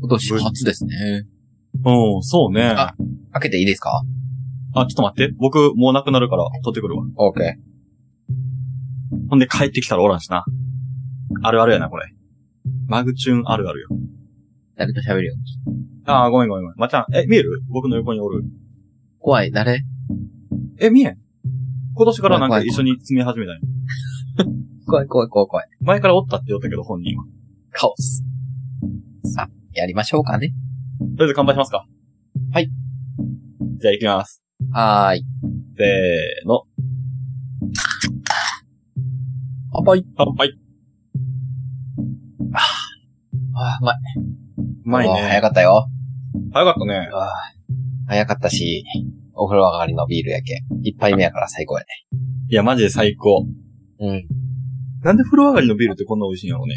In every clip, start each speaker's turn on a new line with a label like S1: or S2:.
S1: 今年初ですね。
S2: うん、そうね。
S1: あ開けていいですか
S2: あ、ちょっと待って。僕、もうなくなるから、取ってくるわ。
S1: オーケー
S2: ほんで帰ってきたらおらんしな。あるあるやな、これ。マグチューンあるあるよ。
S1: 誰と喋るよ。
S2: ああ、ごめんごめんごめん。まっちゃん、え、見える僕の横におる。
S1: 怖い、誰
S2: え、見えん今年からなん
S1: 怖
S2: か
S1: い怖い
S2: 一緒に住み始めたんよ
S1: 怖い怖い怖い怖い。
S2: 前からおったって言ったけど、本人は。
S1: カオス。さあ、やりましょうかね。
S2: とりあえず乾杯しますか。
S1: はい。
S2: じゃあ行きます。
S1: はーい。
S2: せーの。
S1: 乾杯。
S2: 乾杯。
S1: あー、うまい。
S2: うまいね
S1: あー。早かったよ。
S2: 早かったね。
S1: あー早かったし、お風呂上がりのビールやけ。一杯目やから最高や
S2: いや、マジで最高。
S1: ね。
S2: なんで風呂上がりのビールってこんな美味しいんやろうね。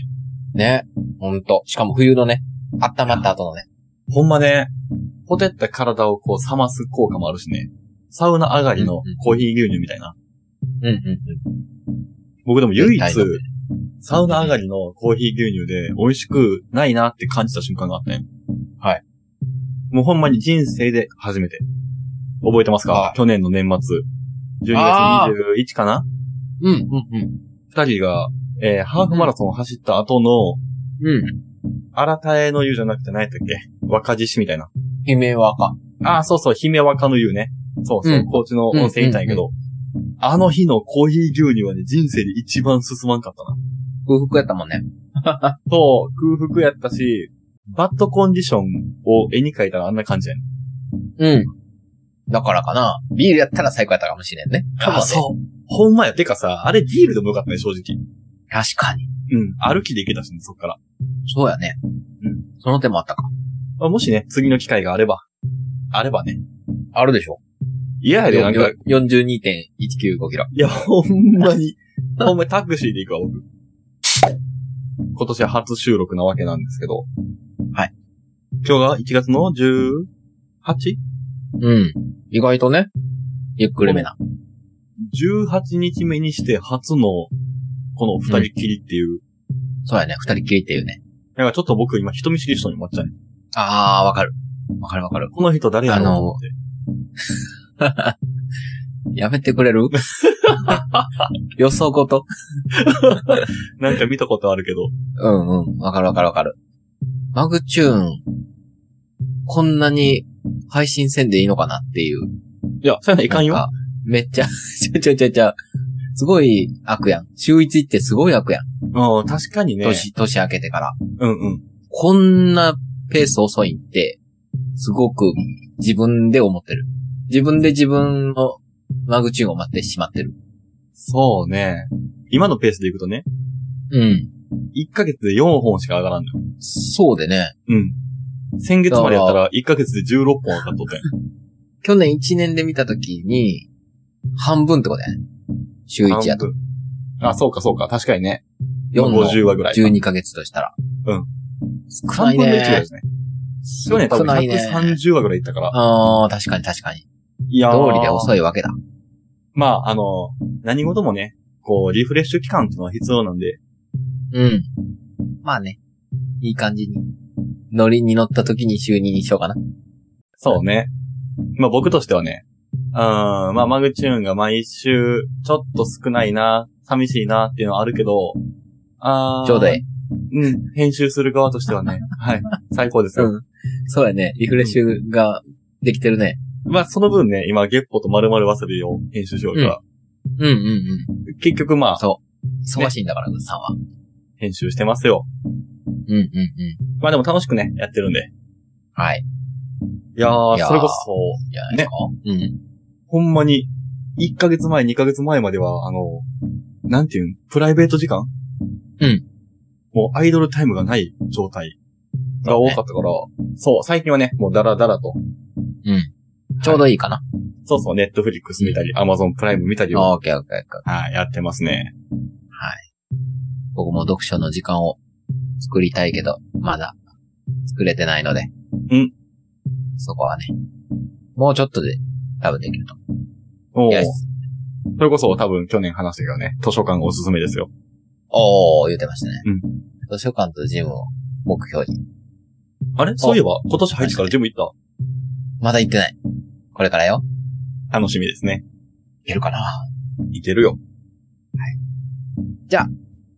S1: うん。ね。ほんと。しかも冬のね、温まった後のね。
S2: ほんまね、ほてった体をこう冷ます効果もあるしね。サウナ上がりのコーヒー牛乳みたいな。
S1: うんうんうん。
S2: 僕でも唯
S1: 全
S2: 一
S1: 体のね、
S2: サウナ上がりのコーヒー牛乳で美味しくないなって感じた瞬間があったね。
S1: はい。
S2: もうほんまに人生で初めて。覚えてますか、
S1: はい
S2: 去年の年末。12
S1: あ
S2: 月21かな
S1: うんうんうん。
S2: 二人が、えーハーフマラソンを走った後の、
S1: うん。
S2: 新田江の湯じゃなくて何やったっけ若獅子みたいな。
S1: 悲鳴は赤。
S2: ああ、そうそう、姫若の湯ね。そうそう、
S1: うん
S2: 高知の温泉行ったんやけど、あの日のコーヒー牛乳はね、人生で一番進まんかったな。
S1: 空腹やったもんね。
S2: そう、空腹やったし、バッドコンディションを絵に描いたらあんな感じやね
S1: うん。だからかな。ビールやったら最高やったかもしれんね。かもね
S2: う。ほんまや。てかさ、あれビールでもよかったね、正直。
S1: 確かに。
S2: うん。歩きで行けたしね、そっから。
S1: そうやね。
S2: うん。
S1: その手もあったか。
S2: まあ、もしね、次の機会があれば。あればね。
S1: あるでしょ。
S2: いややで、なんか、い
S1: よん42.195キロ。
S2: や、ほんまに、 ほんまにタクシーで行くわ、僕。今年は初収録なわけなんですけど。
S1: はい。
S2: 今日が1月の 18?18
S1: うん。意外とね。ゆっくりめな。
S2: 日目にして初の、この二人きりっていう。
S1: そうやね。二人きりっていうね。
S2: なんかちょっと僕今人見知りしそうに思っちゃうね。
S1: あー、わかる。わかるわかる。
S2: この人誰や
S1: あの
S2: ろうって。
S1: やめてく れる予想ごと
S2: なんか見たことあるけど。
S1: うんうん。わかるわかるわかる。マグチューン、こんなに配信せんでいいのかなって いう。
S2: いや、そういうのいかんよ
S1: な。かめっちゃ、 ちゃちゃちゃちゃ。すごい悪やん。週一ってすごい悪やん。
S2: うん、確かにね。
S1: 年、年明けてから。
S2: うんうん。
S1: こんなペース遅いんって、すごく自分で思ってる。自分で自分のマグチューンを待ってしまってる。
S2: そうね。今のペースでいくとね、
S1: うん。
S2: 1ヶ月で4本しか上がらんのよ。
S1: そうでね。
S2: うん。先月までやったら1ヶ月で16本上がっとったよ。
S1: 去年1年で見たときに、半分ってことやね。週1やと。
S2: 半分あ、そうかそうか。確かにね。
S1: 4の
S2: 50話ぐらいか。
S1: 12ヶ月としたら。
S2: うん。
S1: 少ない
S2: 3分の1ぐらい
S1: ね
S2: で。すね。去年多
S1: 少
S2: 分
S1: ないね。
S2: 130話ぐらいいったから。
S1: ああ、確かに確かに。
S2: いや
S1: 道理で遅
S2: い。
S1: いわけだ。
S2: まあ、あの、何事もね、こう、リフレッシュ期間っていうのは必要なんで、
S1: うん。まあね。いい感じに。ノリに乗った時に週2にしようかな。
S2: そうね。まあ僕としてはね、うん、まあマグチューンが毎週、ちょっと少ないな、寂しいなっていうのはあるけど、あー
S1: ちょうだい。
S2: うん、編集する側として はね、はい、最高ですよ。
S1: うん。そうやね。リフレッシュができてるね。
S2: まあその分ね、今、ゲッポと丸々わさびを編集しようから、
S1: うんうんうん。
S2: 結局まあ、
S1: 忙しいんだから、ぐっさんは。うん
S2: 編集してますよ。
S1: うんうん。
S2: まあでも楽しくね、やってるんで。
S1: はい。
S2: いやー、
S1: いやー
S2: それこそ、
S1: いいんじゃないですか。うん。
S2: ほんまに、1ヶ月前、2ヶ月前までは、あの、なんていうん、プライベート時間
S1: うん。
S2: もうアイドルタイムがない状態が多かったから、そう、最近はね、もうダラダラと、
S1: ちょうどいいかな。
S2: そうそう、ネットフリックス見たり、アマゾンプライム見たりを、
S1: オーケーオーケーオーケー。
S2: はい、やってますね。
S1: 僕も読書の時間を作りたいけど、まだ作れてないので。
S2: うん。
S1: そこはね。もうちょっとで多分できると思
S2: お
S1: う。
S2: ー
S1: よし
S2: それこそ多分去年話したけどね、図書館がおすすめですよ。
S1: おー、言うてましたね。
S2: うん
S1: 図書館とジムを目標に。
S2: あれそういえば、今年入ってからジム行っ
S1: まだ行ってない。これからよ。
S2: た楽しみですね。
S1: いけるかな
S2: 行けるよ。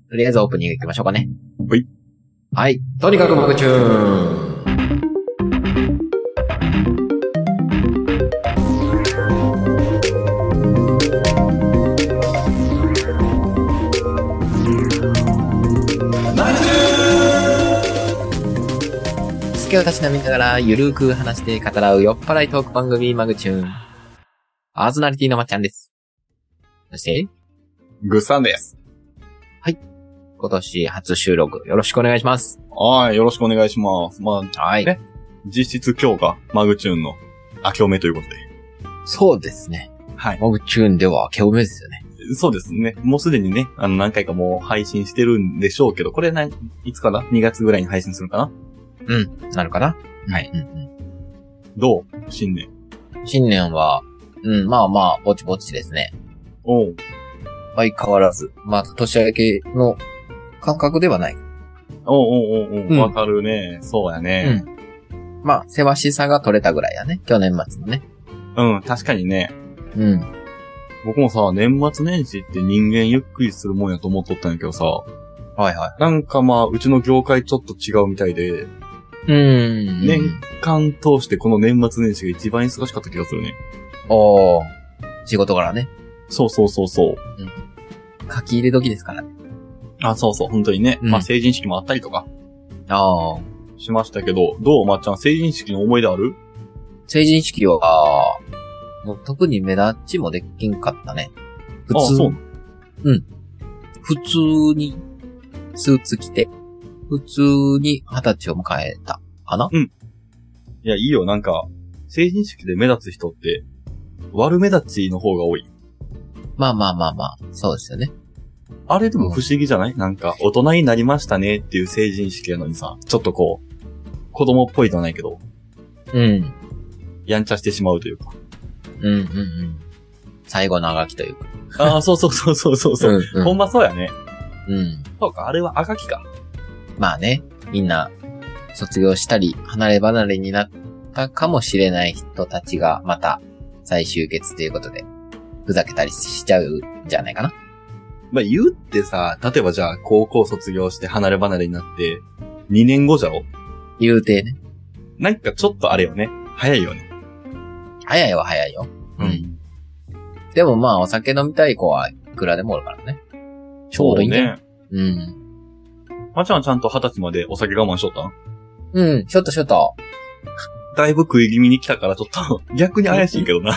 S1: とりあえずオープニング行きましょうかね。
S2: ほい。
S1: はい。とにかくマグチューン。酒をたしなみながらゆるーく話して語らう酔っ払いトーク番組マグチューン。パーソナリティのまっちゃんです。そして、
S2: ぐっさんです。
S1: 今年初収録よろしくお願いします。
S2: はい、よろしくお願いします。まあ、
S1: はい。
S2: ね実質今日がマグチューンの明けおめということで。
S1: そうですね。
S2: はい。
S1: モグチューンでは明けおめですよね。
S2: そうですね。もうすでにね、あの何回かもう配信してるんでしょうけど、これ何、いつかな ?2 月ぐらいに配信するかな
S1: うん。なるかな
S2: はい。
S1: うんう
S2: どう新年。
S1: ん。新年は、うん、まあまあ、ぼちぼちですね。
S2: おう。
S1: 相変わらず。まあ、年明けの感覚ではない。
S2: おうおうおうお
S1: う
S2: うんわ、かるね。そうやね。
S1: まあ、せわしさが取れたぐらいだね。去年末のね。
S2: うん、確かにね。
S1: うん。
S2: 僕もさ、年末年始って人間ゆっくりするもんやと思っとったんやけどさ、
S1: はいは
S2: なんかまあ、うちの業界ちょっと違うみたいで、
S1: い。うん。
S2: ね関東してこの年末年始が一番忙しかった気がするね。
S1: おー。仕事からね。
S2: そうそうそうそう。
S1: 書き入れ時ですからね。
S2: あ、そうそう、本当にね。
S1: うん
S2: まあ、成人式もあったりとか
S1: あー。
S2: しましたけど、どうまっちゃん、成人式の思い出ある
S1: 成人式は、もう特に目立ちもできんかったね。普
S2: あ、
S1: 通
S2: そう。
S1: 普通にスーツ着て、普通に二十歳を迎えた。かない
S2: や、いいよ、なんか、成人式で目立つ人って、悪目立ちの方が多い。
S1: まあまあまあまあ、そうですよね。
S2: あれでも不思議じゃない、なんか、大人になりましたねっていう成人式やのにさ、ちょっとこう、子供っぽいじゃないけど、
S1: うん。
S2: やんちゃしてしまうというか。
S1: うんうんうん。最後のあがきというか。
S2: ああ、 そうそうそうそうそうそう、
S1: うんうん
S2: ほんまそうやね。
S1: うん。
S2: そうか、あれは赤きか。
S1: まあね、みんな、卒業したり、離れ離れになったかもしれない人たちが、また、再集結ということで、ふざけたりしちゃうんじゃないかな。
S2: まあ、言うってさ、例えばじゃあ、高校卒業して離れ離れになって、2年後じゃろ
S1: 言うてね。
S2: なんかちょっとあれよね。早いよね。
S1: 早いは早いよ。うん。でもまあ、お酒飲みたい子はいくらでもおるからね。ちょうどいいんじゃない。うん。
S2: まちゃんはちゃんと二十歳までお酒我慢しとったん
S1: うん、ちょっとちょっと。
S2: だいぶ食い気味に来たからちょっと 逆に怪しいけどな。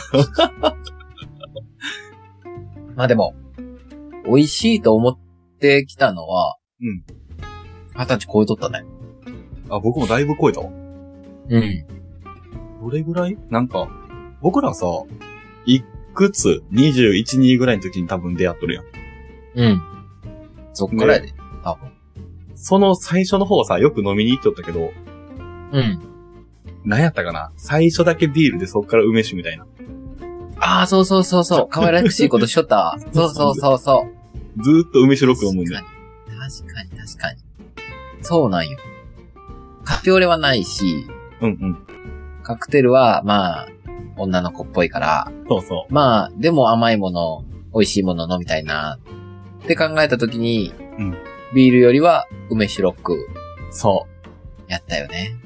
S1: まあでも、美味しいと思ってきたのは、
S2: うん。
S1: 二十歳超えとったね。
S2: あ、僕もだいぶ超えたわ。
S1: うん。
S2: どれぐらいなんか、僕らさ、いくつ ?21、2ぐらいの時に多分出会っとるやん。
S1: うん。そっからやで、多分。
S2: その最初の方さ、よく飲みに行っとったけど、
S1: うん。
S2: 何やったかな最初だけビールでそっから梅酒みたいな。。
S1: ああ、そうそうそうそう。可愛らしいことしとった わそうそうそうそう。
S2: ずーっと梅酒ロック飲むんだよ。
S1: 確かに、確かに、確かに。そうなんよ。カフェオレはないし、
S2: うんうん。
S1: カクテルは、まあ、女の子っぽいから、
S2: そうそ
S1: まあ、でも甘いもの、美味しいもの飲みたいな、って考えたときに、
S2: うん
S1: ビールよりは梅シロック
S2: う。そ
S1: やったよ ね。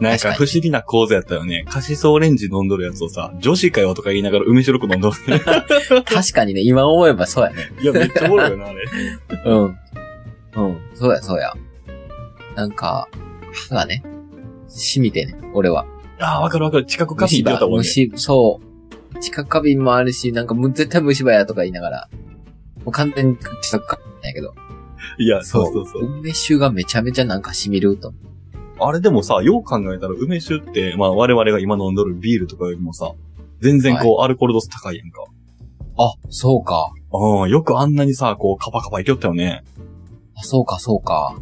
S2: う。なんか
S1: 確
S2: 不
S1: か
S2: 思議な構図やったよね。カシスオレンジ飲んどるやつをさ、女子かよとか言いながら梅酒ロック飲んどる、ね。
S1: 確かにね、今思えばそうやね。
S2: いや、めっちゃおもろいよな、あれ。
S1: うん。うん、そうや、そうや。なんか、歯がね、染みてね、俺は。
S2: ああ、わかるわかる。近くカフェ行ってたもんね。
S1: 虫歯、虫そう。知覚過敏もあるし、なんかむ絶対虫歯やとか言いながら、もう完全に知覚過敏やけど。
S2: いや、そうそうそう。
S1: 梅酒がめちゃめちゃなんか染みると思う。
S2: あれでもさ、よう考えたら梅酒って、まあ我々が今飲んどるビールとかよりもさ、全然こうアルコール度数高いやんか。
S1: あ、そうか。
S2: うん、よくあんなにさ、こうカパカパいきよったよね。
S1: あそうか、そうか。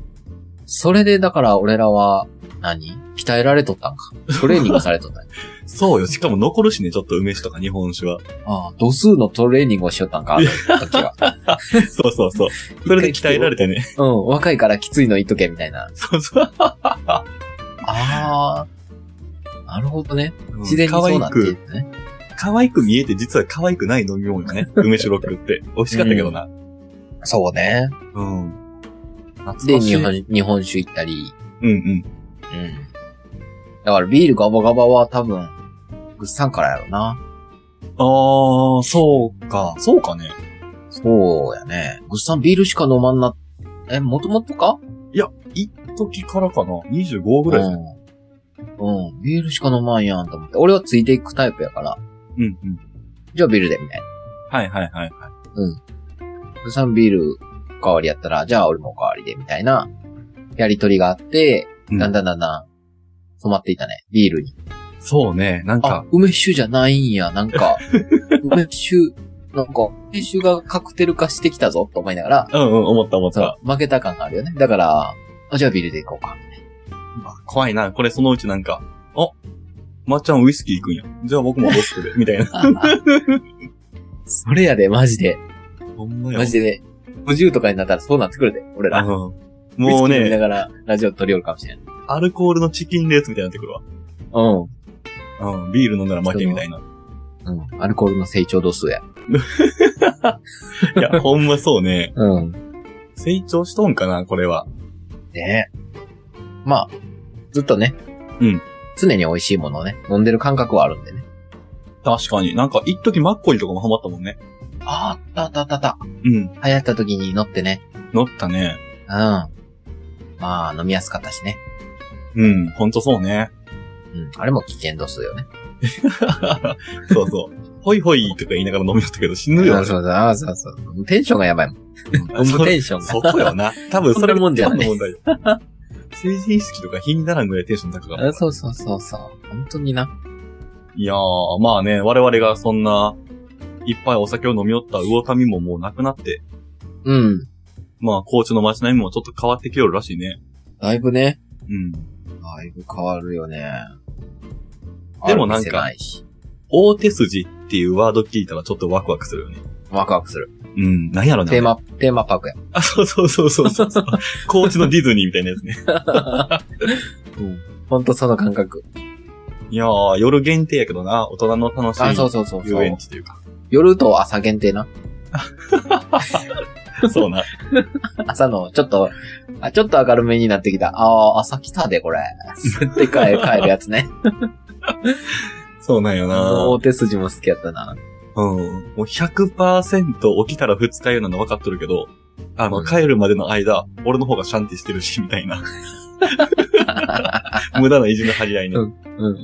S1: それで、だから俺らは何、鍛えられとったん か。トレーニングされとったんや
S2: そうよ、しかも残るしね、ちょっと梅酒とか日本酒は。
S1: ああ、度数のトレーニングをしよったんか、あの時は。
S2: そうそうそう。それで鍛えられてね。
S1: うん、若いからきついの言っとけ、みたいな。
S2: そうそう。
S1: ああ。なるほどね。
S2: うん
S1: 自然に
S2: 可
S1: そ
S2: 愛
S1: うなってい
S2: く、
S1: るね。
S2: 可愛く見えて実は可愛くない飲み物よ ね。梅酒ロックって。美味しかったけどな。
S1: そうね。
S2: うん。懐
S1: で、
S2: かしい
S1: 日本、日本酒行ったり。
S2: うんうん。
S1: うん。だからビールガバガバは多分、ぐっさんからやろな。
S2: ああ、そうか。そうかね。
S1: そうやね。ぐっさんビールしか飲まんな、え、もともとか
S2: 一時からかな。25ぐらいじゃん。
S1: うん。うん。ビールしか飲まんやんと思って。俺はついていくタイプやから。
S2: うんうん。
S1: じゃあビールで、みたいな。
S2: はいはいはいはい。
S1: ぐっさんビールお代わりやったら、じゃあ俺もお代わりで、みたいな、やりとりがあって、
S2: うん
S1: だんだんだんだん、染まっていたね。ビールに。
S2: そうね。なん
S1: あ
S2: か、、
S1: 梅酒じゃないんや、なん か。梅酒、なんか、梅酒がカクテル化してきたぞ、と思いながら、
S2: うんうん、思った思っ
S1: そ
S2: た
S1: う。、負けた感があるよね。だから、あ、じゃあビールで行こうか。
S2: あ怖いな。これそのうちなんか、あ、まっちゃんウイスキー行くんや。じゃあ僕もロックで、みた いな。
S1: それやで、マジで。
S2: ほんま
S1: マジでね、50とかになったらそうなってくるで、俺
S2: あ
S1: ら。
S2: の、
S1: ウ
S2: もう
S1: イスキー飲みな
S2: ね、
S1: がらラジオ撮りおるかもしれん。
S2: アルコールのチキンレースみたいになってくるわ。
S1: うん。
S2: うん、ビール飲んだら負けみたいな。
S1: うん。アルコールの成長度数や。
S2: いや、ほんまそうね。
S1: うん。
S2: 成長しとんかな、これは。
S1: ねまあ、ずっとね。
S2: うん。
S1: 常に美味しいものをね、飲んでる感覚はあるんでね。
S2: 確かに。なんか、一時マッコリとかもハマったもんね。
S1: ああ、たたたた。
S2: うん。
S1: 流行った時に乗ってね。
S2: 乗ったね。
S1: うん。まあ、飲みやすかったしね。
S2: うん、ほんとそうね。
S1: うん。あれも危険度数よね。
S2: そうそう。ほいほいとか言いながら飲みよったけど死ぬよ。
S1: あ そうそう、あそうそう。テンションがやばいもん。
S2: うん
S1: 飲むテンション
S2: そ
S1: が。
S2: こよな。多分それが一番の
S1: そ
S2: 問題よ。成人式とか日にならんぐらいテンション高か
S1: あ
S2: った。
S1: そうそうそうそう。本当にな。
S2: いやー、まあね、我々がそんな、いっぱいお酒を飲み寄った魚民ももうなくなって、
S1: うん。
S2: まあ、高知の街並みもちょっと変わってきよるらしいね。
S1: だいぶね。
S2: うん。
S1: だいぶ変わるよね。
S2: でもなんか
S1: ある店ないし
S2: 大手筋っていうワード聞いたらちょっとワクワクするよね。
S1: ワクワクする。
S2: うん、なんやろね。
S1: テーマ、テーマパークや。
S2: あ、そうそうそうそうそう そう。高知のディズニーみたいなやつね。
S1: うん。ほんとその感覚。
S2: いやー、夜限定やけどな、大人の楽し
S1: あ、そう
S2: い
S1: そうそうそ
S2: 遊
S1: う
S2: 園。地とい うか。
S1: 夜と朝限定な。
S2: そうな。
S1: 朝の、ちょっと、あ、ちょっと明るめになってきた。ああ、朝来たで、これ。って帰る、帰るやつね。
S2: そう なんよな
S1: 大手筋も好きやったな。
S2: うん。もう100%起きたら二日酔いなの分かっとるけど、あの、
S1: うん
S2: 帰るまでの間、俺の方がシャンティしてるし、みた いな。無駄な意地の張り合いね。
S1: うんうん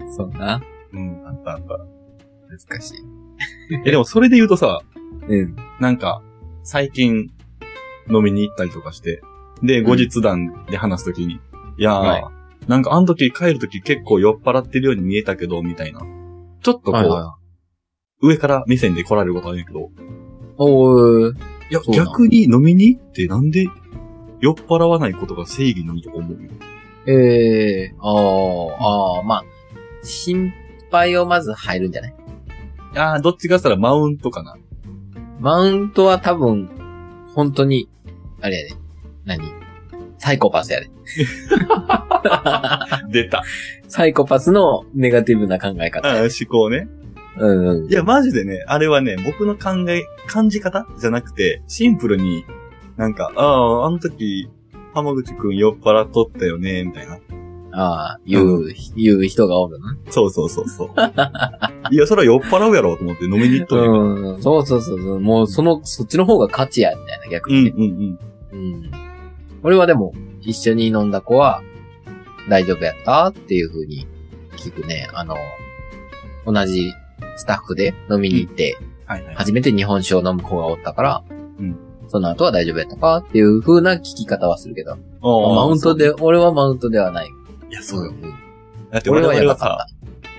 S1: うん。そうな。
S2: うん、あったあった。
S1: 難しい。
S2: え、でもそれで言うとさ、
S1: うん。
S2: なんか、最近、飲みに行ったりとかして、で、後日談で話すときに、いやー、
S1: はい
S2: なんかあの時帰るとき結構酔っ払ってるように見えたけど、みたいな。ちょっとこう、
S1: はいはいは
S2: 上から目線で来られることあるんやけど、
S1: い。おー。
S2: いや、
S1: そうなの
S2: 逆に飲みに行ってなんで酔っ払わないことが正義なんと思うよ
S1: ええー、ああ、ああ、まあ、心配をまず入るんじゃない
S2: ああ、どっちかしたらマウントかな。
S1: マウントは多分、本当に、あれやで。何サイコパスやで。
S2: 出た。
S1: サイコパスのネガティブな考え
S2: あ
S1: 方。
S2: ー思考ね。
S1: うんうん。
S2: いや、マジでね、あれはね、僕の考え、感じ方じゃなくて、シンプルに、なんか、ああ、あの時、浜口くん酔っ払っとったよね、みたいな。
S1: ああ、言う、言う人がおるな。
S2: そうそうそう そう。いや、それは酔っ払うやろ、と思って飲みに行っとるよ。
S1: うん。そうそうそうそう。もう、その、そっちの方が価値や、みたいな、逆
S2: うん、う
S1: に
S2: ん、
S1: ね。
S2: うん。
S1: うん。俺はでも、一緒に飲んだ子は、大丈夫やったっていう風に聞くね。あの、同じスタッフで飲みに行って、
S2: はいはい。
S1: 初めて日本酒を飲む子がおったから、
S2: うん
S1: その後は大丈夫やったかっていう風な聞き方はするけど、マ
S2: マ
S1: ウント。で、俺はマウントではない。
S2: いや、そうよ。
S1: ん
S2: だって
S1: 俺
S2: 俺
S1: は
S2: は
S1: やば
S2: は
S1: か
S2: さ、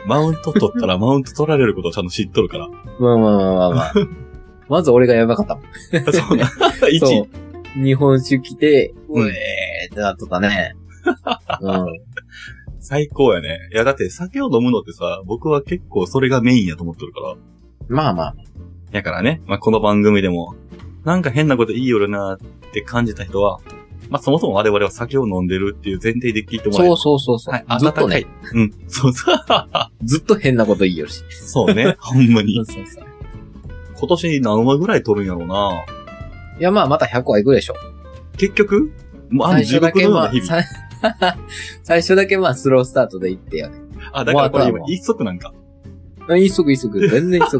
S2: マウント取ったらマウント取られることをちゃんと知っとるから。
S1: った。まあまあまあまあま あ。まず俺がやばかったもん。
S2: そうな。 一
S1: そ
S2: 位
S1: う。日本酒来て、
S2: う
S1: う
S2: ん
S1: えーってなっとった ね。うん。
S2: 最高やね。いや、だって酒を飲むのってさ、僕は結構それがメインやと思っとるから。
S1: まあまあ。
S2: やからね、まあ、この番組でも、なんか変なこと言いよるなーって感じた人は、まあ、そもそも我々は酒を飲んでるっていう前提で聞いてもらえ
S1: そ
S2: る
S1: う。そうそうそう。
S2: はい、
S1: ず
S2: 温
S1: っと
S2: か
S1: ね
S2: い、。うん。そうそう。
S1: ずっと変なこと言いよるし。
S2: そう ね。ほんまに。
S1: そうそう
S2: 今年何話ぐらい取るんやろうな。
S1: いや、まあ、また100個はいくでしょ。
S2: 結局もうあの
S1: 最
S2: 地
S1: 初だ
S2: 獄
S1: け
S2: のよう
S1: ま
S2: な
S1: あ
S2: 日、々。
S1: さ 最初だけまあ、スロースタートで行ってよね。
S2: あ、だか
S1: もうあ
S2: らこれ
S1: とは
S2: 今
S1: もう
S2: 一足なんか。
S1: 一足一足、全然一足。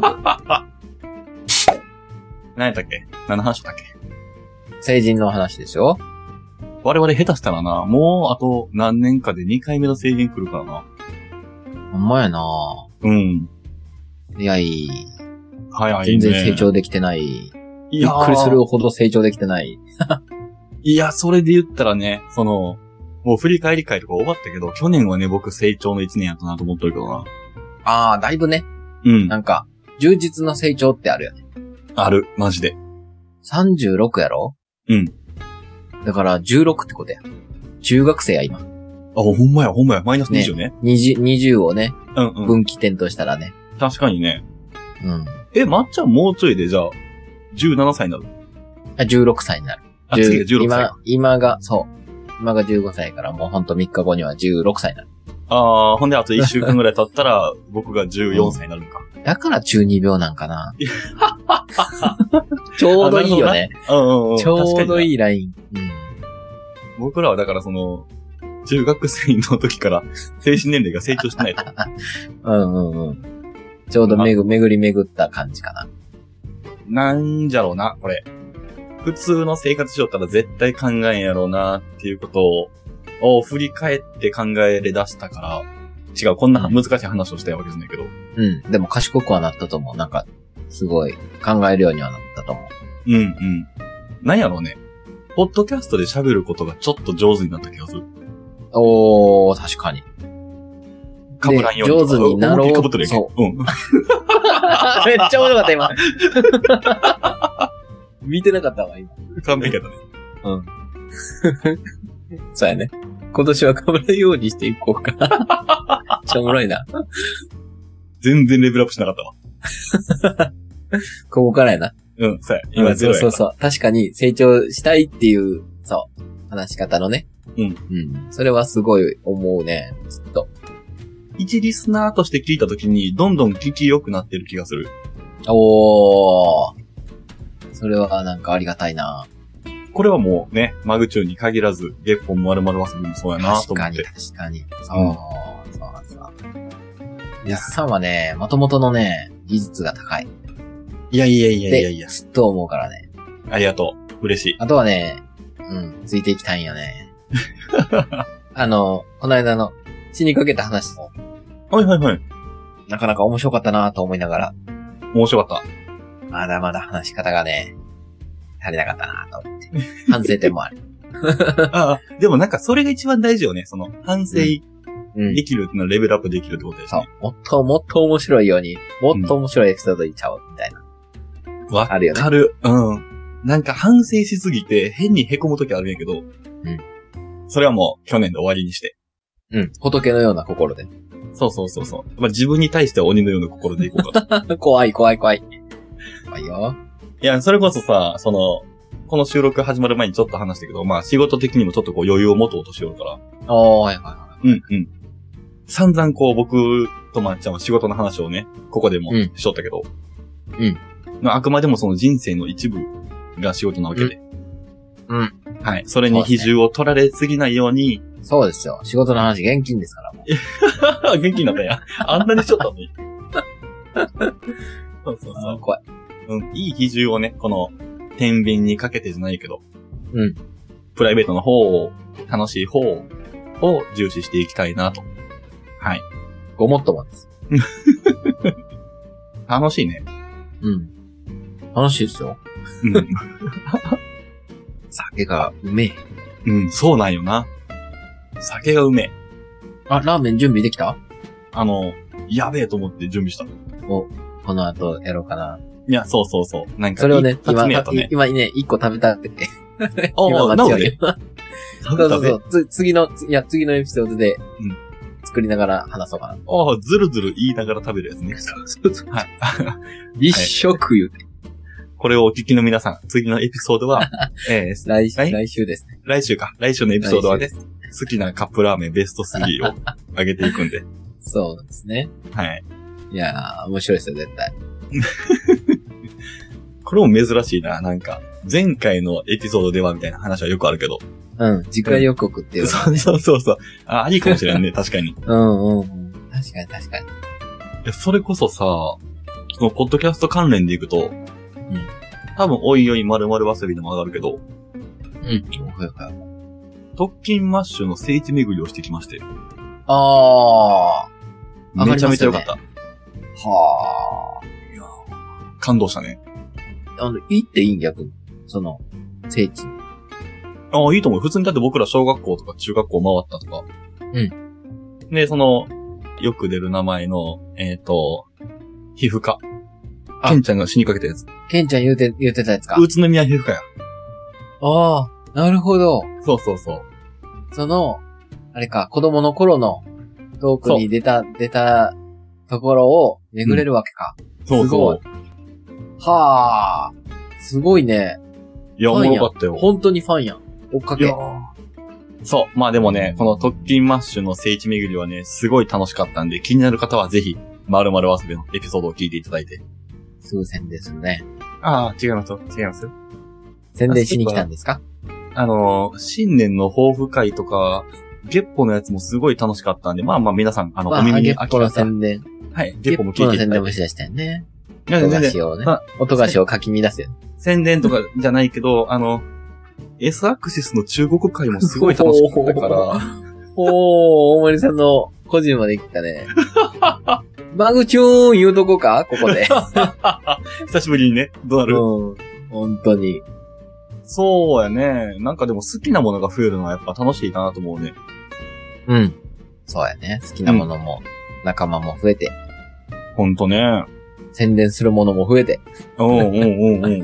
S2: 何やったっけ何の話だったっけ
S1: 成人の話でしょ
S2: 我々下手したらな、もうあと何年かで2回目の制限来るからな。
S1: ほんまやな
S2: うん。
S1: いや、いい。
S2: 早い
S1: 全
S2: ね。
S1: 然成長できてない。
S2: い
S1: び
S2: や
S1: っ
S2: ー
S1: くりするほど成長できてない。
S2: いや、それで言ったらね、その、もう振り返り会とか終わったけど、去年はね、僕成長の1年やったなと思っとるけどな。
S1: ああ、だいぶね。
S2: うん。
S1: なんか、充実の成長ってあるよね。
S2: ある。マジで。
S1: 36やろ
S2: うん。
S1: だから16ってことや。中学生や今。
S2: あ、ほんまや、ほんまや。マイナス20ね。
S1: 20, 20をね、
S2: うんうん。
S1: 分岐点としたらね。
S2: 確かにね。
S1: うん。
S2: え、まっちゃんもうちょいで、じゃあ、17歳になる。
S1: あ16歳になる。
S2: あ、次が
S1: 10
S2: 16歳か。
S1: 今、今が、そう。今が15歳からもうほんと3日後には16歳になる。
S2: ああ、ほんであと1週間ぐらい経ったら、 僕が14歳になるのか。
S1: だから中二病なんか な。ちょうどいいよね。
S2: うんうんうん。
S1: ちょうど
S2: い。
S1: いいライン。うん。
S2: 僕らはだからその、中学生の時から精神年齢が成長してないと。
S1: うんうんうん。ちょうどめぐ、巡り巡った感じかな。
S2: なんじゃろうな、これ。普通の生活しよったら絶対考えんやろうな、っていうことを、を振り返って考えれ出したから、違う、こんな難しい話をしたいわけじゃないけど。
S1: うん。でも賢くはなったと思う。なんか、すごい考えるようにはなったと思う。
S2: うんうん。なんやろうね。ポッドキャストで喋ることがちょっと上手になった気がする。
S1: おー、確かに。
S2: かぶらんようにとか。
S1: 上手になろう
S2: 思いっきりかぶっとるやんけ
S1: そ
S2: うん。
S1: めっちゃ面白かった、今。見てなかったわ、今。
S2: 完璧やったね。
S1: そうやね。今年は被らないようにしていこうか。 めっちゃおもろいな。
S2: 全然レベルアップしなかったわ。
S1: ここからやな。
S2: うん、そうや。今ゼロや
S1: そ
S2: か
S1: うそうそう。確かに成長したいっていう、そう、話し方のね。
S2: うん
S1: うん。それはすごい思うね。ずっと。
S2: ら。一リスナーとして聞いたときに、どんどん聞き良くなってる気がする。
S1: おー。それはなんかありがたいな。
S2: これはもうね、マグチューンに限らず、月本丸々遊びもそうやな
S1: 確
S2: と思
S1: か
S2: っ
S1: に、
S2: て。
S1: 確かに。そう、そうそう。やっさんはね、もともとのね、技術が高い。
S2: いやいやいや
S1: で
S2: いやいや。
S1: ずっと思うからね。
S2: ありがとう。嬉しい。
S1: あとはね、うん、ついていきたいんよ ね。あの、この間の死にかけた話も、
S2: はいはいはい。
S1: なかなか面白かったなと思いながら、
S2: 面白かっ
S1: まだまだ話し方がね、足りなかったなと思って。反省点も ある。
S2: た。ああ、でもなんかそれが一番大事よね。その、反省
S1: うん。
S2: できるっていうのはレベルアップできるってことです
S1: そう
S2: ね。。
S1: もっともっと面白いように、もっと面白いエピソードいっちゃおう、みたいな。
S2: わ
S1: あるよね
S2: かる。うん。なんか反省しすぎて変に凹むときあるんやけど。
S1: ん
S2: それはもう去年で終わりにして。
S1: うん。仏のような心で。
S2: そうそうそうそう。まあ、自分に対しては鬼のような心でいこうかと。
S1: 怖い、怖い、怖い。怖いよ。
S2: いや、それこそさ、その、この収録始まる前にちょっと話したけど、まあ仕事的にもちょっとこう余裕を持とうとしておるから。
S1: おー、はいは
S2: うんうん。散々こう僕とまっちゃんは仕事の話をね、ここでも
S1: うん
S2: しとったけど。
S1: うん。
S2: まあ、あくまでもその人生の一部が仕事なわけで。
S1: うん
S2: はい。それに比重を取られすぎないように、
S1: い。そうですよ。仕事の話、現金ですから、もう。
S2: 元気になったんや。あんなにしとったのに。 そうそうそう。
S1: 怖い。
S2: うん、いい比重をね、この、天秤にかけてじゃないけど、
S1: うん。
S2: プライベートの方を、楽しい方をを重視していきたいなと。はい。
S1: ごもっともです。
S2: 楽しいね。
S1: うん。楽しいですよ。
S2: うん。
S1: 酒がうめえ。
S2: うん、そうなんよな。酒がうめえ。
S1: あ、ラーメン準備できた
S2: あの、やべえと思って準備した。い
S1: この後やろうかな。
S2: や、そうそうそう。なんか、
S1: それをね、
S2: 一
S1: 今、
S2: 発目やったね。
S1: 今ね、一個食べたくて。
S2: お
S1: 今
S2: お、
S1: 待
S2: な
S1: ち
S2: お
S1: より
S2: ね。。
S1: そうそ
S2: 食べた
S1: う
S2: べ
S1: そ。う。つ次の、ついや、次のエピソードで、
S2: うん
S1: 作りながら話そうかな。
S2: ああ、ずるずる言いながら食べるやつね。
S1: そうそうそう。一生食うよ。
S2: ここれをお聞きの皆さん、次のエピソード は、えー
S1: 来
S2: はい
S1: 来週ですね。
S2: 来週か。来週のエピソードはね
S1: 来、
S2: 好きなカップラーメンベスト3を上げていくんで。
S1: そうですね。
S2: はい。
S1: いやー、面白いですよ、絶対。
S2: これも珍しいな。なんか、前回のエピソードではみたいな話はよくあるけど。
S1: うん、次回予告っていうのは
S2: そうそうそうそう。あ、ありかもしれんね。確かに。い
S1: うんうんうん。確かに確かに。
S2: やそれこそさ、そのポッドキャスト関連でいくと、
S1: ん
S2: 多分、おいおいまるまるわさびでも上がるけど、
S1: うん。ほいほい。
S2: 特勤マッシュの聖地巡りをしてきまして、
S1: あ上がりま
S2: め
S1: し
S2: ち
S1: たね
S2: ゃめちゃ良かった。
S1: ー。は
S2: 感動したね。
S1: ー。あの、いいっていいん逆に。その、聖地。
S2: ああ、いいと思う。普通にだって僕ら小学校とか中学校回ったとか。うん。で、その、よく出る名前の、えっ、と、皮膚科。
S1: あ
S2: ケンちゃんが死にかけたやつ。
S1: ケンちゃん言うて、言うてたやつか。
S2: 宇都宮皮膚科や。
S1: ああ、なるほど。
S2: そうそうそう。
S1: その、あれか、子供の頃のトークに出た、出たところを巡れるわけか。
S2: そうそう。
S1: はあ、すごいね。
S2: いや、
S1: フ
S2: お
S1: ァンや
S2: もろかったよ。
S1: 本当にファンやん。追っか
S2: い
S1: け
S2: や。そう。まあでもね、この特勤マッシュの聖地巡りはね、すごい楽しかったんで、気になる方はぜひ、まるまる遊びのエピソードを聞いていただいて。
S1: 数千ですね。
S2: ああ、違いますよ。違いますよ。
S1: 宣伝しに来たんですか
S2: あのー、新年の抱負会とか、月歩のやつもすごい楽しかったんで、まあまあ皆さん、あの、
S1: ま
S2: お
S1: あ、
S2: 耳
S1: ゲ
S2: に
S1: ッ
S2: 飽
S1: ポ
S2: き
S1: の
S2: ました。
S1: 宣伝。
S2: はい、
S1: ゲ
S2: 月歩も
S1: ッ
S2: 聞
S1: ポ
S2: い
S1: の
S2: ていた
S1: 宣
S2: だ
S1: 伝
S2: い
S1: も
S2: て。
S1: しだしたよね。
S2: いや
S1: 音菓
S2: 全然
S1: 子をね
S2: まあ。
S1: 音菓子を書き乱すよね。
S2: 宣伝とかじゃないけど、あの、S アクシスの中国会もすごい楽しかったから、
S1: おー、大森さんの個人まで来たね。 マグチューン言うとこかここで。
S2: 久しぶりにね、どうな
S1: う
S2: る、
S1: ん。本当に。
S2: そうやね。なんかでも好きなものが増えるのはやっぱ楽しいかなと思うね。
S1: うん。そうやね。好きなものも、仲間も増えて、
S2: ほんとね。
S1: 宣伝するものも増えて。
S2: うんうんう んうん。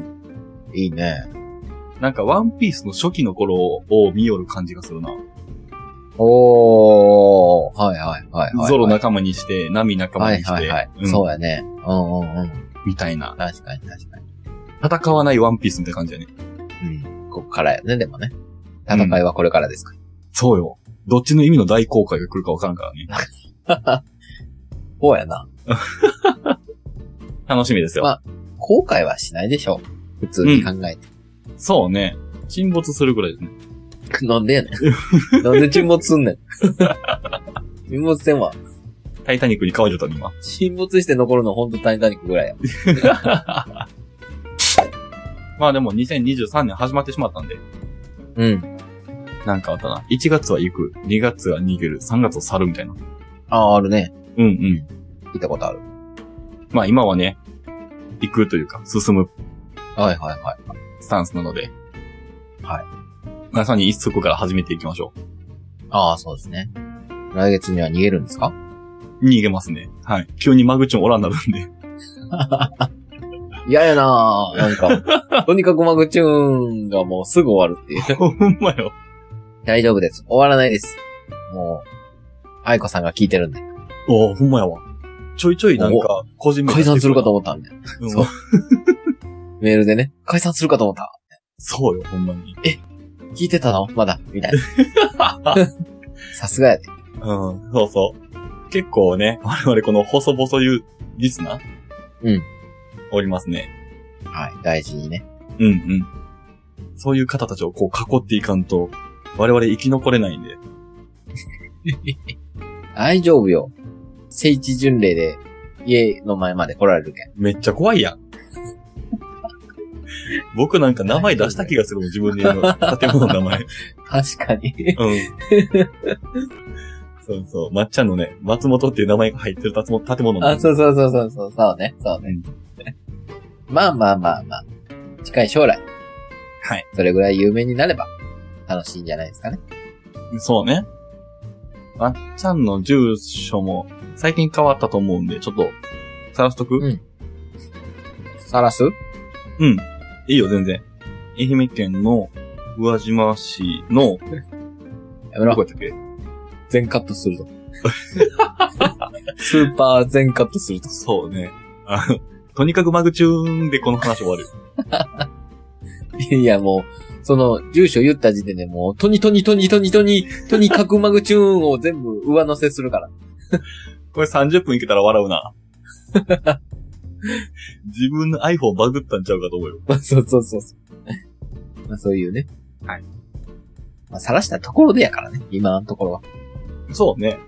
S1: いいね。
S2: なんかワンピースの初期の頃を見よる感じがするな。
S1: おー。はいはいはいはい。
S2: ゾロ仲間にして、ナミ仲間
S1: はい
S2: に
S1: は
S2: し
S1: い
S2: て
S1: はい、。
S2: うん
S1: そうやね。うんうんうん。
S2: みたいな。
S1: 確かに確かに。
S2: 戦わないワンピースみたいな感じだね。
S1: うん。ここからやね、でもね。戦いはこれからですから。
S2: そうよ。どっちの意味の大公開が来るかわからんからね。
S1: そうやな。
S2: 楽しみですよ。
S1: まあ後悔はしないでしょう。普通に考えて。
S2: そうね。沈没するぐらいですね。
S1: なんでやね ん。なんで沈没すん ねん。沈没船は、
S2: タイタニックに変わっちゃったの今。
S1: 沈没して残るのほんとタイタニックぐらいや。
S2: まあでも2023年始まってしまったんで、
S1: うん。
S2: なんかあったな。1月は行く、2月は逃げる、3月は去るみたいな。
S1: ああ、あるね。
S2: うんうん。
S1: 聞いたことある。
S2: まあ今はね、行くというか、進む
S1: はいはいはい。
S2: スタンスなので。
S1: はい。
S2: まさに一足から始めていきましょ
S1: ああ、そうですね。来月には逃げるんですか
S2: う。逃げますね。はい。急にマグチョンおらんなるんで。
S1: 嫌やなぁ。なん か、とにかくマグチューンがもうすぐ終わるっていう。
S2: ほんまよ。
S1: 大丈夫です。終わらないです。もう、愛子さんが聞いてるんで。
S2: おおほんまやわ。ちょいちょいなんか、個人名
S1: 解散するかと
S2: 思
S1: 思ったんで。
S2: うん
S1: そうメールでね。解散するかと思った。
S2: そうよ、ほんまに。
S1: 聞いてたのまだ。みたい な。さすがやで。
S2: うん、そうそう。結構ね、我々この細々言うリスナー
S1: うん。
S2: おりますね。
S1: はい。大事にね。
S2: うんうん。そういう方たちをこう囲っていかんと、我々生き残れないんで。
S1: 大丈夫よ。聖地巡礼で、家の前まで来られるけん。
S2: めっちゃ怖いやん。 僕なんか名前出した気がするもん、自分で言うの。建物の名前。
S1: 確かに。
S2: うん。 そうそう。まっちゃんのね、松本っていう名前が入ってる建物建物の名
S1: あ、
S2: 前。
S1: そうそうそうそうそう、そうね。そうね。まあまあまあまあ。近い将来、
S2: はい。
S1: それぐらい有名になれば、楽しいんじゃないですかね。
S2: そうね。まっちゃんの住所も最近変わったと思うんで、ちょっと、さらしとく、
S1: うんさらす
S2: うん。いいよ、全然。愛媛県の宇和島市の、
S1: やめろ。
S2: やったっけ
S1: 全カットするぞ。スーパー全カットするぞ。
S2: そうね。あのとにかくマグチューンでこの話終わる。
S1: いや、もう、その、住所言った時点でもう、トニトニトニトニトニ、トニカクマグチューンを全部上乗せするから。
S2: これ30分いけたら笑うな。 自分の iPhone バグったんちゃうかと思うよ。
S1: まあそうそうそうそう。まあそういうね。
S2: はい。
S1: まあ晒したところでやからね、今のところは。
S2: そうね。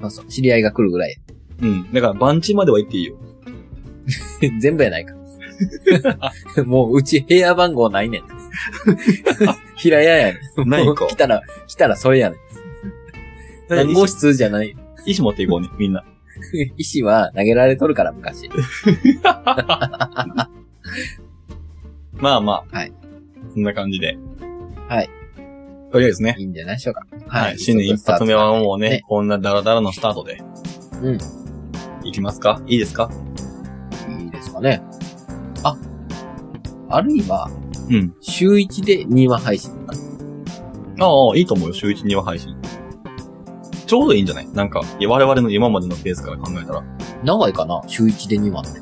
S1: そうそう、知り合いが来るぐらい。
S2: うん。だから、番地までは行っていいよ。
S1: 全部やないか。もう、うち部屋番号ないねん。 平屋やねん。
S2: ないか
S1: もう来たら、来たらそれやねん。何号室じゃない。
S2: 石持っていこうね、みんな。
S1: 石は投げられとるから、 昔。
S2: まあまあ。
S1: はい。
S2: そんな感じで。
S1: はい。
S2: とりあえずね。
S1: いいんじゃないでしょうか。
S2: はい。新年一発目はもうね、こんなダラダラのスタートで。
S1: うん。
S2: いきますかいいですか
S1: いいですかね。あ、あるいは、
S2: うん。
S1: 週1で2話配信とか。
S2: ああ、いいと思うよ。週1、2話配信。ちょうどいいんじゃないなんか、いや我々の今までのペースから考えたら。
S1: 長いかな週1で2話って。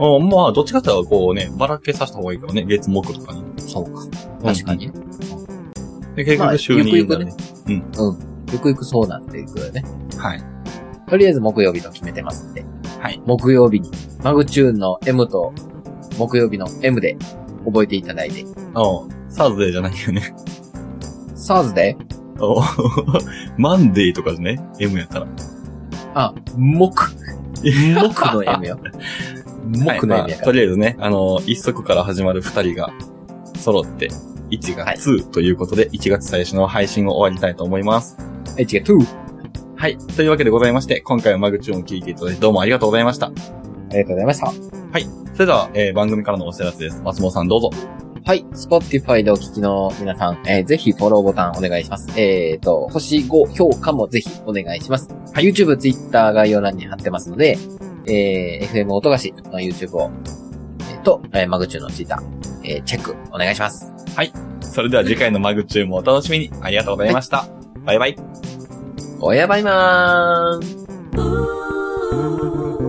S2: うん、まあ、どっちかっていうとこうね、ばらけさせた方がいいからね。月木とかに。
S1: そうか。確かに。
S2: で、結
S1: まあ
S2: 局週2
S1: ゆくゆくね
S2: だね。
S1: ゆくゆくそうなっていくよね。
S2: はい。
S1: とりあえず木曜日と決めてますんで。
S2: はい。
S1: 木曜日に、マグチューンの M と、木曜日の M で覚えていただいて。
S2: うん。サーズデーじゃないよね。
S1: サーズで、
S2: おマンデーとかね。M やったら。
S1: あ、木、木の M よ。木の
S2: はい
S1: M
S2: ま
S1: や
S2: あ
S1: か
S2: と
S1: ら。
S2: りあえずね、あの、一足から始まる二人が揃って、1
S1: はい
S2: 月2ということで、1月最初の配信を終わりたいと思います。
S1: H が2。
S2: はい。というわけでございまして、今回はマグチューンを聞いていただいてどうもありがとうございました。
S1: ありがとうございました。
S2: それでは、えー番組からのお知らせです。松本さんどうぞ。
S1: はい。Spotify でお聞きの皆さん、えーぜひフォローボタンお願いします。えっ、と、星5評価もぜひお願いします。はい。YouTube、Twitter 概要欄に貼ってますので、えー FM 音菓子の YouTube を、えーと、えーマグチューンの Twitter、えーチェックお願いします。
S2: それでは次回のマグチューンもお楽しみに。ありがとうございました。バイバイ。
S1: おやばいまーん。
S3: Ooh.